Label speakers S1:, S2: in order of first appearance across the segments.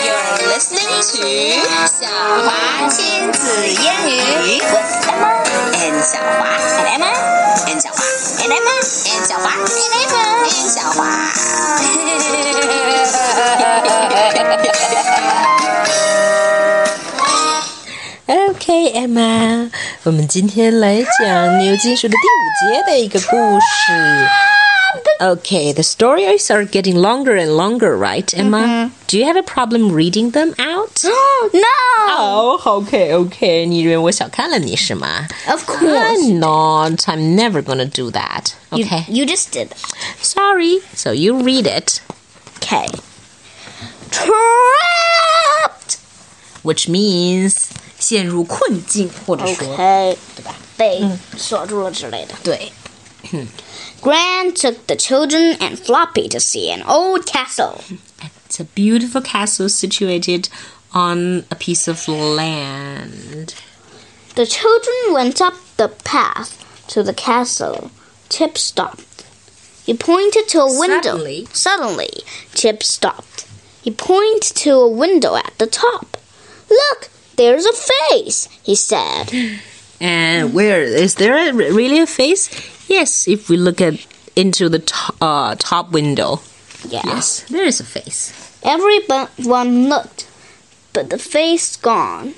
S1: 新曲小华亲子英语，with 小华 and 小华 and Emma and 小华 and Emma and 小华 and Emma and 小华。
S2: OK, Emma，我们今天来讲牛津树的第五节的一个故事。Okay, the stories are getting longer and longer, right, Emma? Do you have a problem reading them out?
S3: Mm-hmm. no,
S2: Oh, okay, okay. 你以为我小看了你是吗
S3: of course.
S2: I'm not. I'm never gonna do that.
S3: You,
S2: Okay,
S3: you just did.
S2: sorry. So you read it,
S3: Okay. Trapped.
S2: which means 陷入困境，或者说
S3: Okay.
S2: Hmm.
S3: 被锁住了之类的。对。Gran Hmm. took the children and Floppy to see an old castle.
S2: It's a beautiful castle situated on a piece of land.
S3: The children went up the path to the castle. Chip stopped. He pointed to a window.
S2: Suddenly-
S3: Suddenly, Chip stopped. He pointed to a window at the top. Look, there's a face, he said.
S2: And where is there a, really a face? Yes, if we look at into the to, uh, top window.
S3: Yeah.
S2: Yes, Ah, there is a face.
S3: Everyone looked, but the face gone.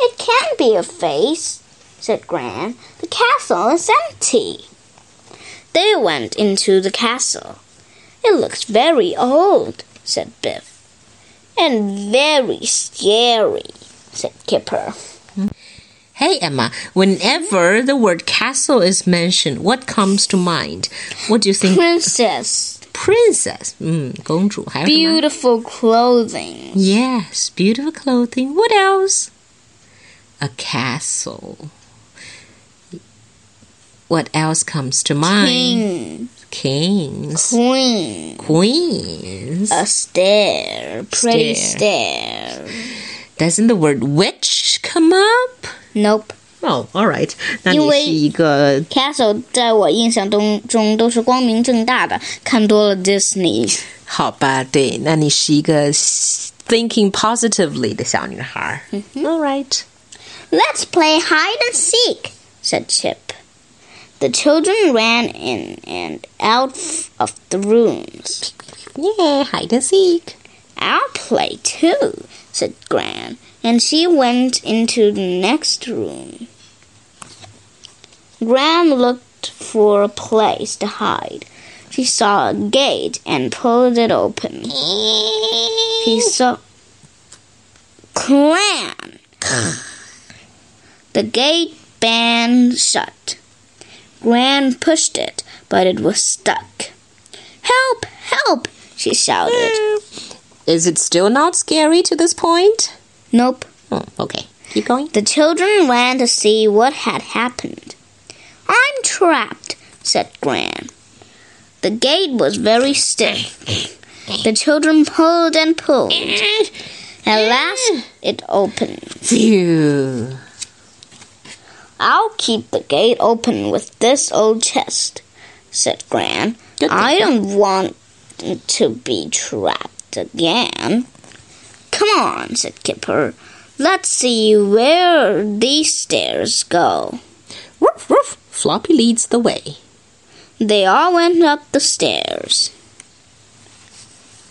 S3: It can't be a face, said Gran. The castle is empty. They went into the castle. It looks very old, said Biff. And very scary, said Kipper.
S2: Hey Emma, whenever the word castle is mentioned, what comes to mind? What do you think?
S3: Princess,
S2: Princess. Mm, 公主还有什么？
S3: beautiful clothing.
S2: Yes, beautiful clothing. What else? A castle. What else comes to mind?
S3: King,
S2: Kings,
S3: queen,
S2: queens.
S3: a stair, pretty stair.
S2: Doesn't the word witch come up?
S3: Nope.
S2: Oh, all right.
S3: 因为-
S2: 那你是一个
S3: Castle 在我印象中中都是光明正大的，看多了 Disney。
S2: 好吧，对，那你是一个 thinking positively All right.
S3: Let's play hide and seek," said Chip. The children ran in and out of the rooms.
S2: Yeah, hide and seek.
S3: "I'll play too," said Gran, and she went into the next room. Gran looked for a place to hide. She saw a gate and pulled it open. He saw clan. the gate band shut. Gran pushed it, but it was stuck. Help! Help! She shouted.
S2: Is it still not scary to this point?
S3: Nope.
S2: Oh, okay. Keep going.
S3: The children ran to see what had happened. I'm trapped, said Gran. The gate was very stiff. The children pulled and pulled. At last, it opened.
S2: Phew.
S3: I'll keep the gate open with this old chest, said Gran.
S2: Good
S3: I don't want to be trapped again. Come on, said Kipper. Let's see where these stairs go.
S2: Woof, woof. Floppy leads the way.
S3: They all went up the stairs.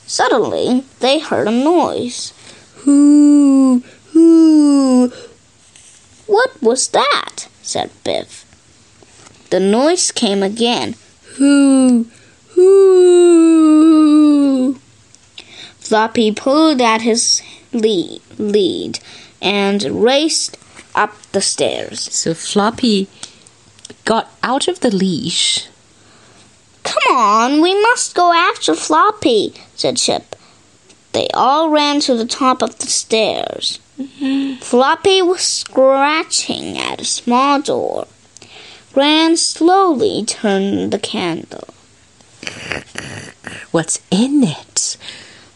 S3: Suddenly, they heard a noise. Whoo, whoo. What was that? said Biff. The noise came again. Whoo, whoo. Floppy pulled at his le- lead and raced up the stairs.
S2: So Floppy got out of the leash.
S3: Come on, we must go after Floppy, said Chip. They all ran to the top of the stairs.
S2: Mm-hmm.
S3: Floppy was scratching at a small door. Gran slowly turned the candle.
S2: What's in it?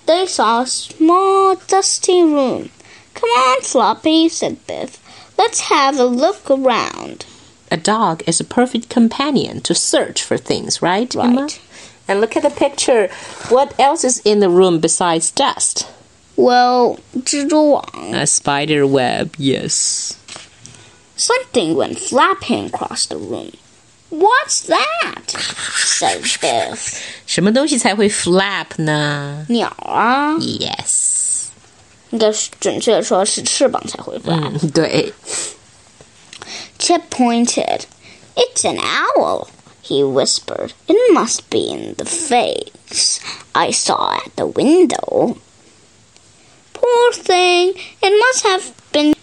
S3: They saw a small, dusty room. Come on, Floppy, said Biff. Let's have a look around.
S2: A dog is a perfect companion to search for things, right? Emma?
S3: Right.
S2: And look at the picture. What else is in the room besides dust?
S3: Well, 蜘蛛网.
S2: A spider web, yes.
S3: Something went flapping across the room. What's that? said Biff.
S2: 什么东西才会 flap 呢
S3: 鸟啊，
S2: ？Yes，
S3: 应该是准确的说是翅膀才会飞。
S2: 嗯，对。
S3: Chip pointed. It's an owl, he whispered. It must be in the face I saw at the window. Poor thing, it must have been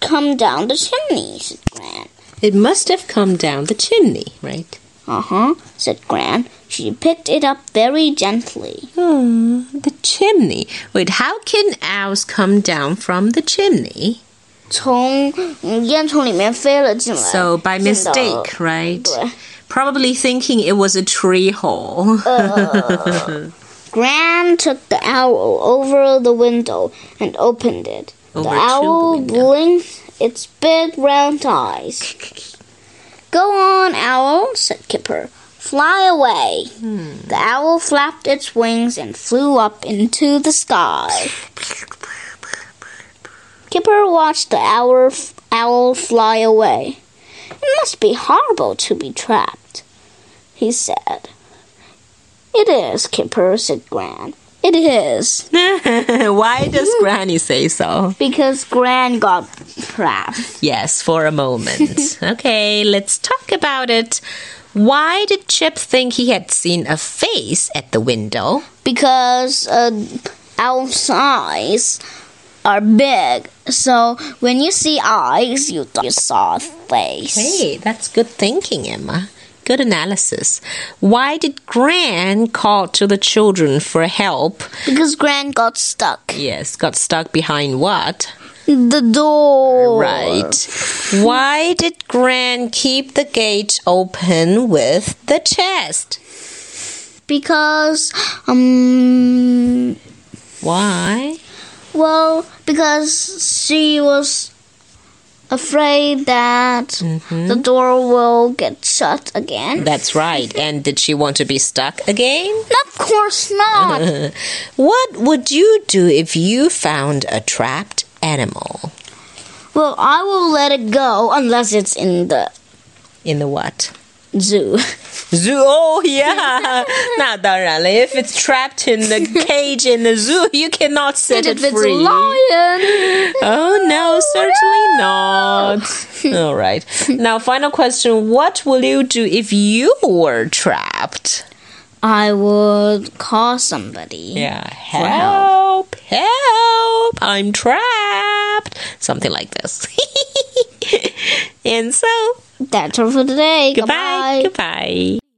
S3: come down the chimney, said Gran.
S2: It must have come down the chimney, right?
S3: Uh huh, said Gran. She picked it up very gently.
S2: Hmm, the chimney. Wait, how can owls come down from the chimney?
S3: 从烟囱里面飞了进来。
S2: So by
S3: 进到-
S2: mistake, right?
S3: 对。
S2: Probably thinking it was a tree hole.
S3: Gran took the owl over the window and opened it.
S2: Over to
S3: the
S2: the
S3: owl
S2: window.
S3: blinked its big round eyes. Go on, owl, said Kipper. Fly away.
S2: Hmm.
S3: The owl flapped its wings and flew up into the sky. Kipper watched the owl, owl fly away. It must be horrible to be trapped, he said. It is, Kipper, said Gran. It is,
S2: Why does Granny say so?
S3: because Gran got trapped.
S2: Yes, for a moment. okay, let's talk about it. Why did Chip think he had seen a face at the window?
S3: Because uh, owl's eyes are big, so when you see eyes, you thought you saw a face.
S2: Hey, that's good thinking, Emma. Good analysis. Why did Gran call to the children for help?
S3: Because Gran got stuck.
S2: Yes, got stuck behind what?
S3: The door.
S2: Right. Why did Gran keep the gate open with the chest?
S3: Because, um,
S2: Why?
S3: well, because she was afraid that the door will get shut again.
S2: That's right. And did she want to be stuck again?
S3: of course not.
S2: What would you do if you found a trapped animal?
S3: well, I will let it go unless it's in the
S2: In the what?
S3: zoo.
S2: Zoo. Oh, yeah. 那当然了. If it's trapped in the cage in the zoo, you cannot set it
S3: if it's
S2: free.
S3: a lion,
S2: Oh, no, certainly not. All right. Now, final question. What will you do if you were trapped?
S3: I would call somebody.
S2: Yeah. Help. Help. I'm trapped. Something like this. and so,
S3: That's all for today.
S2: goodbye. Goodbye.